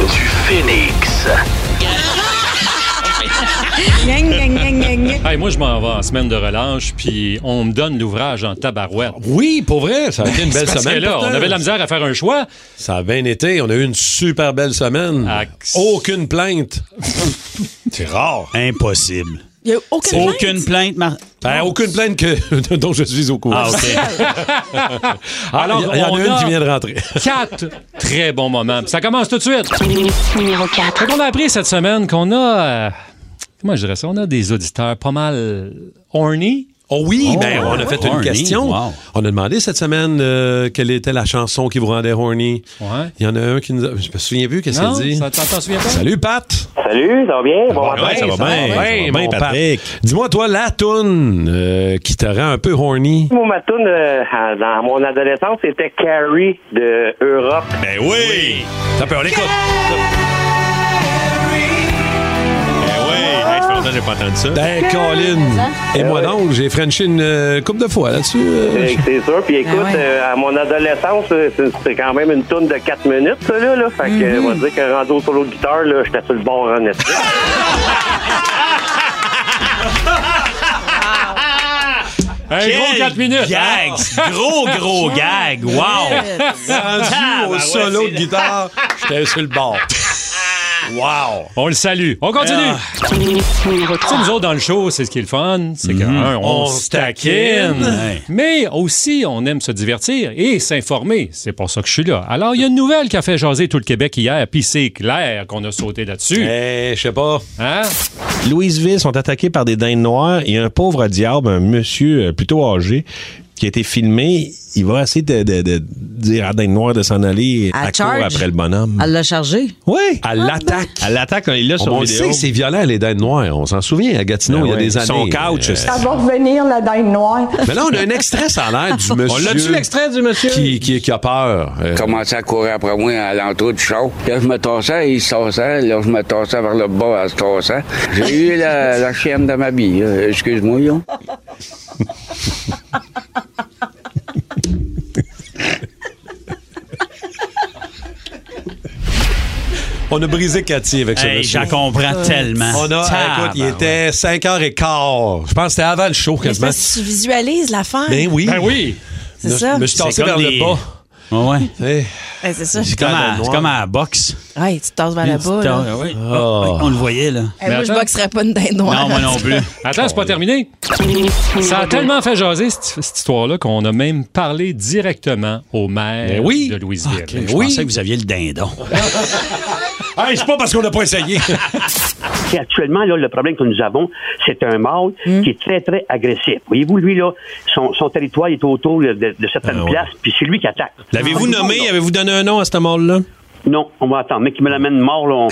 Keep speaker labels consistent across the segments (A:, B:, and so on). A: du Phoenix.
B: Gang, gang, gang, gang, gang.
C: Hey, moi, je m'en vais en semaine de relâche, puis on me donne l'ouvrage en tabarouette.
D: Oui, pour vrai, ça a été une belle
C: Parce que
D: semaine.
C: là, on
D: pourtant. Ah,
C: avait de la misère à faire un choix.
D: Ça a bien été. On a eu une super belle semaine.
C: Axe.
D: Aucune plainte. C'est rare.
E: Impossible.
B: Il n'y a aucune plainte.
E: Aucune plainte, Mar-
D: Ben, aucune plainte que, dont je suis au courant.
E: Ah, OK.
C: Alors, Ah,
D: Alors, il y en
C: on
D: a une
C: a-
D: qui vient de rentrer.
C: Quatre très bons moments. Puis Ça commence tout de suite.
F: Numéro 4.
C: On a appris cette semaine qu'on a. euh, comment je dirais ça? On a des auditeurs pas mal horny.
D: Oh oui, ben, on a fait une
E: horny,
D: question.
E: wow.
D: On a demandé cette semaine euh, quelle était la chanson qui vous rendait horny.
C: Ouais.
D: Il y en a un qui nous a... Je me souviens plus, qu'est-ce
C: Non?
D: qu'il dit?
C: Ça- T'en t'en souviens pas?
D: Salut, Pat!
G: Salut, ça va bien? Bon matin.
D: Ouais,
E: ça va
H: Eh,
E: bien,
D: ouais,
E: ça va bien,
D: mon
E: Patrick.
D: Pat. Dis-moi, toi, la toune euh, qui te rend un peu horny.
G: Mon matoune, euh, à- dans mon adolescence, c'était Carrie de Europe.
H: Ah,
E: Ben oui!
D: Ça peut, on l'écoute.
E: Ben oui! Hey, ça fait longtemps que j'ai pas entendu ça.
D: Ben,
I: Hein?
D: Colin!
I: Eh
D: Et moi donc, j'ai frenché une euh, couple de fois là-dessus. euh,
G: C'est c'est sûr. Puis écoute,
B: ouais.
G: euh, à mon adolescence, euh, c'est c'est quand même une toune de 4 minutes, ça, là. là. Fait que, on va dire que rendu au solo de guitare, là, j'étais sur le bord, honnêtement.
C: Un gros 4 minutes. hein?
E: Gags! Gros, gros gag! Wow!
I: Ah,
D: Euh,
I: ben
D: rendu au
E: ouais,
D: solo
E: c'est-
D: de guitare, j'étais sur le bord. wow!
C: On le salue. On continue.
D: Ah.
F: Numéro
C: Tu sais,
F: 3.
C: nous autres, dans le show, c'est ce qui est le fun. C'est que, un, on,
D: Mhm. On
C: se
D: se
C: taquine.
E: taquine.
C: Mais aussi, on aime se divertir et s'informer. C'est pour ça que je suis là. Alors, il y a une nouvelle qui a fait jaser tout le Québec hier, puis c'est clair qu'on a sauté là-dessus.
D: Eh, je sais pas.
C: Hein?
I: Louisville sont attaqués par des dindes noires. Il y a un pauvre diable, un monsieur euh, plutôt âgé, qui a été filmé. Il va essayer de, de- de dire à la dinde noire de s'en aller. Elle
B: À
I: court
B: charge.
I: après le bonhomme.
B: Elle l'a chargé. Ah, ben.
I: Oui.
D: À l'attaque.
I: À l'attaque, il l'a sur
D: On le
I: vidéo.
D: sait que c'est violent, les dindes noires. On s'en souvient à Gatineau,
I: Ben
D: il y a
I: ouais.
D: des années. Euh,
I: Son couch, c'est-
J: Ça va revenir, la dinde noire.
D: Mais là, on a un extrait, ça a l'air du monsieur.
I: On l'a-tu l'extrait du monsieur?
D: Qui, qui, qui a peur. Euh,
K: commençait à courir après moi à l'entrée du char. Là, je me tassais, il se tassait. Là, je me tassais vers le bas en se tassant. J'ai eu la, la chienne de ma bille. Euh, Excuse-moi, là.
D: On a brisé Cathy avec ce
E: Hey,
D: monsieur.
E: j'en comprends tellement.
D: On a,
E: Tabarouette.
D: écoute, il était 5h15. Je pense que c'était avant le show,
B: Mais
D: quasiment.
B: parce que tu visualises l'affaire.
D: Ben oui.
C: Ben oui.
B: C'est
D: Je-
B: ça.
D: Je me suis
E: C'est
D: tassé
E: comme
D: vers
E: des-
D: le bas.
E: Ouais, ouais.
D: Eh,
B: Ben, c'est ça.
E: C'est comme, à- c'est comme à la boxe.
B: Ouais, tu tasses vers
E: Une
B: la
E: petite
B: bas.
E: taille,
B: là.
E: ouais. Oh, ouais, On le voyait, là.
B: Eh, Moi, je
C: attends.
B: boxerais pas une dinde noire.
E: Non, moi non plus.
C: Attends, c'est pas terminé. Ça a tellement fait jaser cette, cette histoire-là qu'on a même parlé directement au maire
D: Ben oui.
C: de Louisville.
E: Je
D: Oui.
E: pensais que vous aviez le dindon.
D: Hey, c'est pas parce qu'on n'a pas essayé.
G: Puis actuellement, là, le problème que nous avons, c'est un mâle qui est très, très agressif. Voyez-vous, lui, là, son, son territoire est autour de, de certaines
D: Ah ouais.
G: places, puis c'est lui qui attaque.
D: L'avez-vous nommé? Avez-vous donné un nom à ce mort-là?
G: Non, on va attendre. Mais qui me l'amène mort, là, on-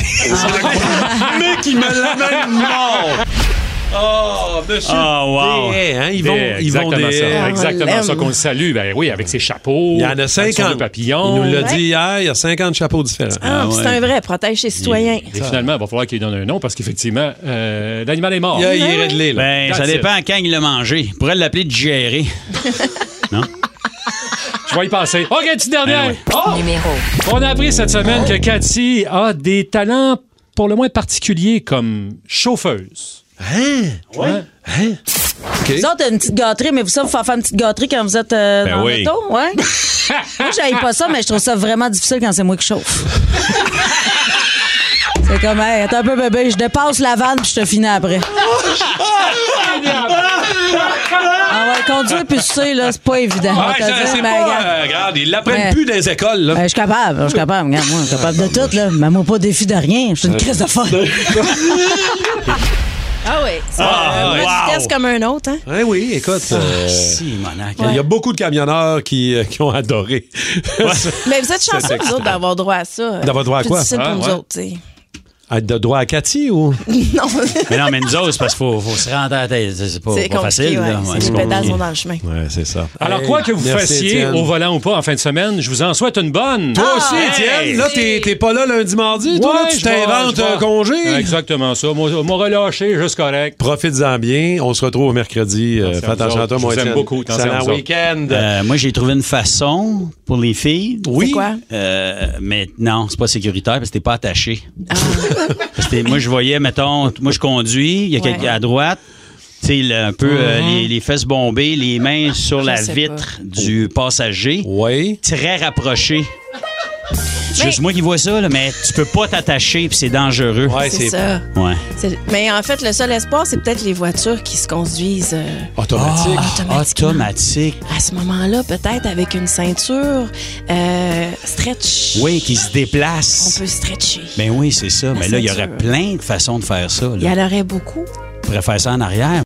D: Mec, il me l'amène mort! Oh, monsieur.
E: Oh, wow.
D: D, hein, ils
C: Des-
D: vont, ils vont
C: exactement
D: des-
J: Ah.
C: ça. Exactement
B: l'aime.
C: ça qu'on le salue. Ben oui, avec ses chapeaux.
D: Il y en a
C: avec son nœud
D: 50.
C: papillon.
D: Il nous l'a dit hier, il y a 50 chapeaux différents.
B: Ah, puis c'est un vrai. Protège ses citoyens.
C: Et finalement, il va falloir qu'il donne un nom parce qu'effectivement, euh, l'animal est mort.
D: Il, il est réglé, là.
E: Ben, ça
C: That's it. Euh.
E: dépend quand il l'a mangé. On pourrait l'appeler digéré.
C: Je vais y passer. OK, petite dernière.
E: Ben ouais.
C: Oh!
F: Numéro
C: On a appris cette semaine que Cathy a des talents pour le moins particuliers comme chauffeuse.
J: Hein?
C: Ouais.
D: Et-
J: Vous Hein? autres, une petite gâterie, mais vous savez, vous faire faire une petite gâterie quand vous êtes euh,
I: Ben
J: dans
I: oui.
J: l'auto, ouais? moi, j'aille pas ça, mais je trouve ça vraiment difficile quand c'est moi qui chauffe. c'est comme, hey, attends un peu, bébé, je dépasse la vanne puis je te finis après. Ah ouais, conduire puis tu sais, là, c'est pas évident.
D: Ouais,
J: On te
D: ça,
J: dit,
D: c'est
J: mais regarde,
D: Ah, pas, euh, regarde, ils l'apprennent
J: Ouais.
D: plus dans les écoles, là.
J: ben, je suis capable, je suis capable, regarde, moi, je suis capable de tout, là. Mais moi, pas défi de rien, je suis une crise de fun.
B: Ah oui. C'est
E: Ah,
B: un
E: wow.
B: test comme un autre. Hein?
D: Ouais, oui, écoute.
J: Ah.
D: euh,
E: Si, monac.
D: Il y a beaucoup de camionneurs qui, euh, qui ont adoré.
B: Mais vous êtes chanceux, vous autres, d'avoir droit à ça.
D: D'avoir droit à
B: Plus
D: quoi?
B: difficile
C: Ah,
B: pour nous
C: ouais.
B: autres, tu sais.
D: Être de droit à Cathy ou?
B: Non.
H: Mais non, mais nous autres, c'est parce qu'il faut, faut se rendre à la tête. C'est
B: C'est
H: pas, Oh, pas
B: compliqué,
H: facile.
B: ouais.
H: là. Ouais,
B: C'est les
H: c'est
B: pédales
H: compliqué.
B: sont dans le chemin.
I: Ouais, c'est ça.
C: Alors,
D: Hey,
C: quoi que vous
D: merci,
C: fassiez
D: Étienne.
C: au volant ou pas en fin de semaine, je vous en souhaite une bonne.
D: Toi aussi, Étienne, là, t'es t'es pas là lundi, mardi. toi, là,
C: Ouais,
D: tu
C: je vais-
D: t'inventes
C: je vais-
D: un congé.
C: Exactement ça. Moi, m'a relâché, juste correct.
D: Profites-en bien. On se retrouve mercredi. Euh, Fais
C: à vous
D: attention à
C: autres.
D: toi,
C: Je
D: moi,
C: vous aime
D: Étienne.
C: beaucoup. Attention
D: C'est
C: à
D: un
C: vous autres.
D: week-end.
H: Euh, moi, j'ai trouvé une façon pour les filles.
D: oui.
B: C'est quoi?
H: Euh, mais non, c'est pas sécuritaire parce que t'es pas attaché.
B: Ah.
H: Parce que moi, je voyais, mettons, moi, je conduis, il y a
B: Ouais. Mm-hmm.
H: quelqu'un à droite. Tu sais, le- un peu euh, les, les fesses bombées, les mains sur la
B: sais
H: vitre du passager,
D: Oui.
H: très rapproché. C'est
B: Mais-
H: juste moi qui vois ça, là, mais tu peux pas t'attacher, puis c'est dangereux.
D: Ouais,
B: C'est
D: c'est
B: ça.
H: Ouais.
B: C'est- Mais en fait, le seul espoir, c'est peut-être les voitures qui se conduisent euh,
D: Ah, automatique.
B: automatiquement.
H: Automatique.
B: À ce moment-là, peut-être avec une ceinture euh, stretch.
H: Oui, qui se
B: On
H: déplace.
B: peut stretcher.
H: Ben oui, c'est ça.
B: La
H: Mais là, il y aurait
B: ceinture.
H: plein de façons de faire ça. là.
B: Il y en aurait beaucoup.
H: On pourrait faire ça en arrière.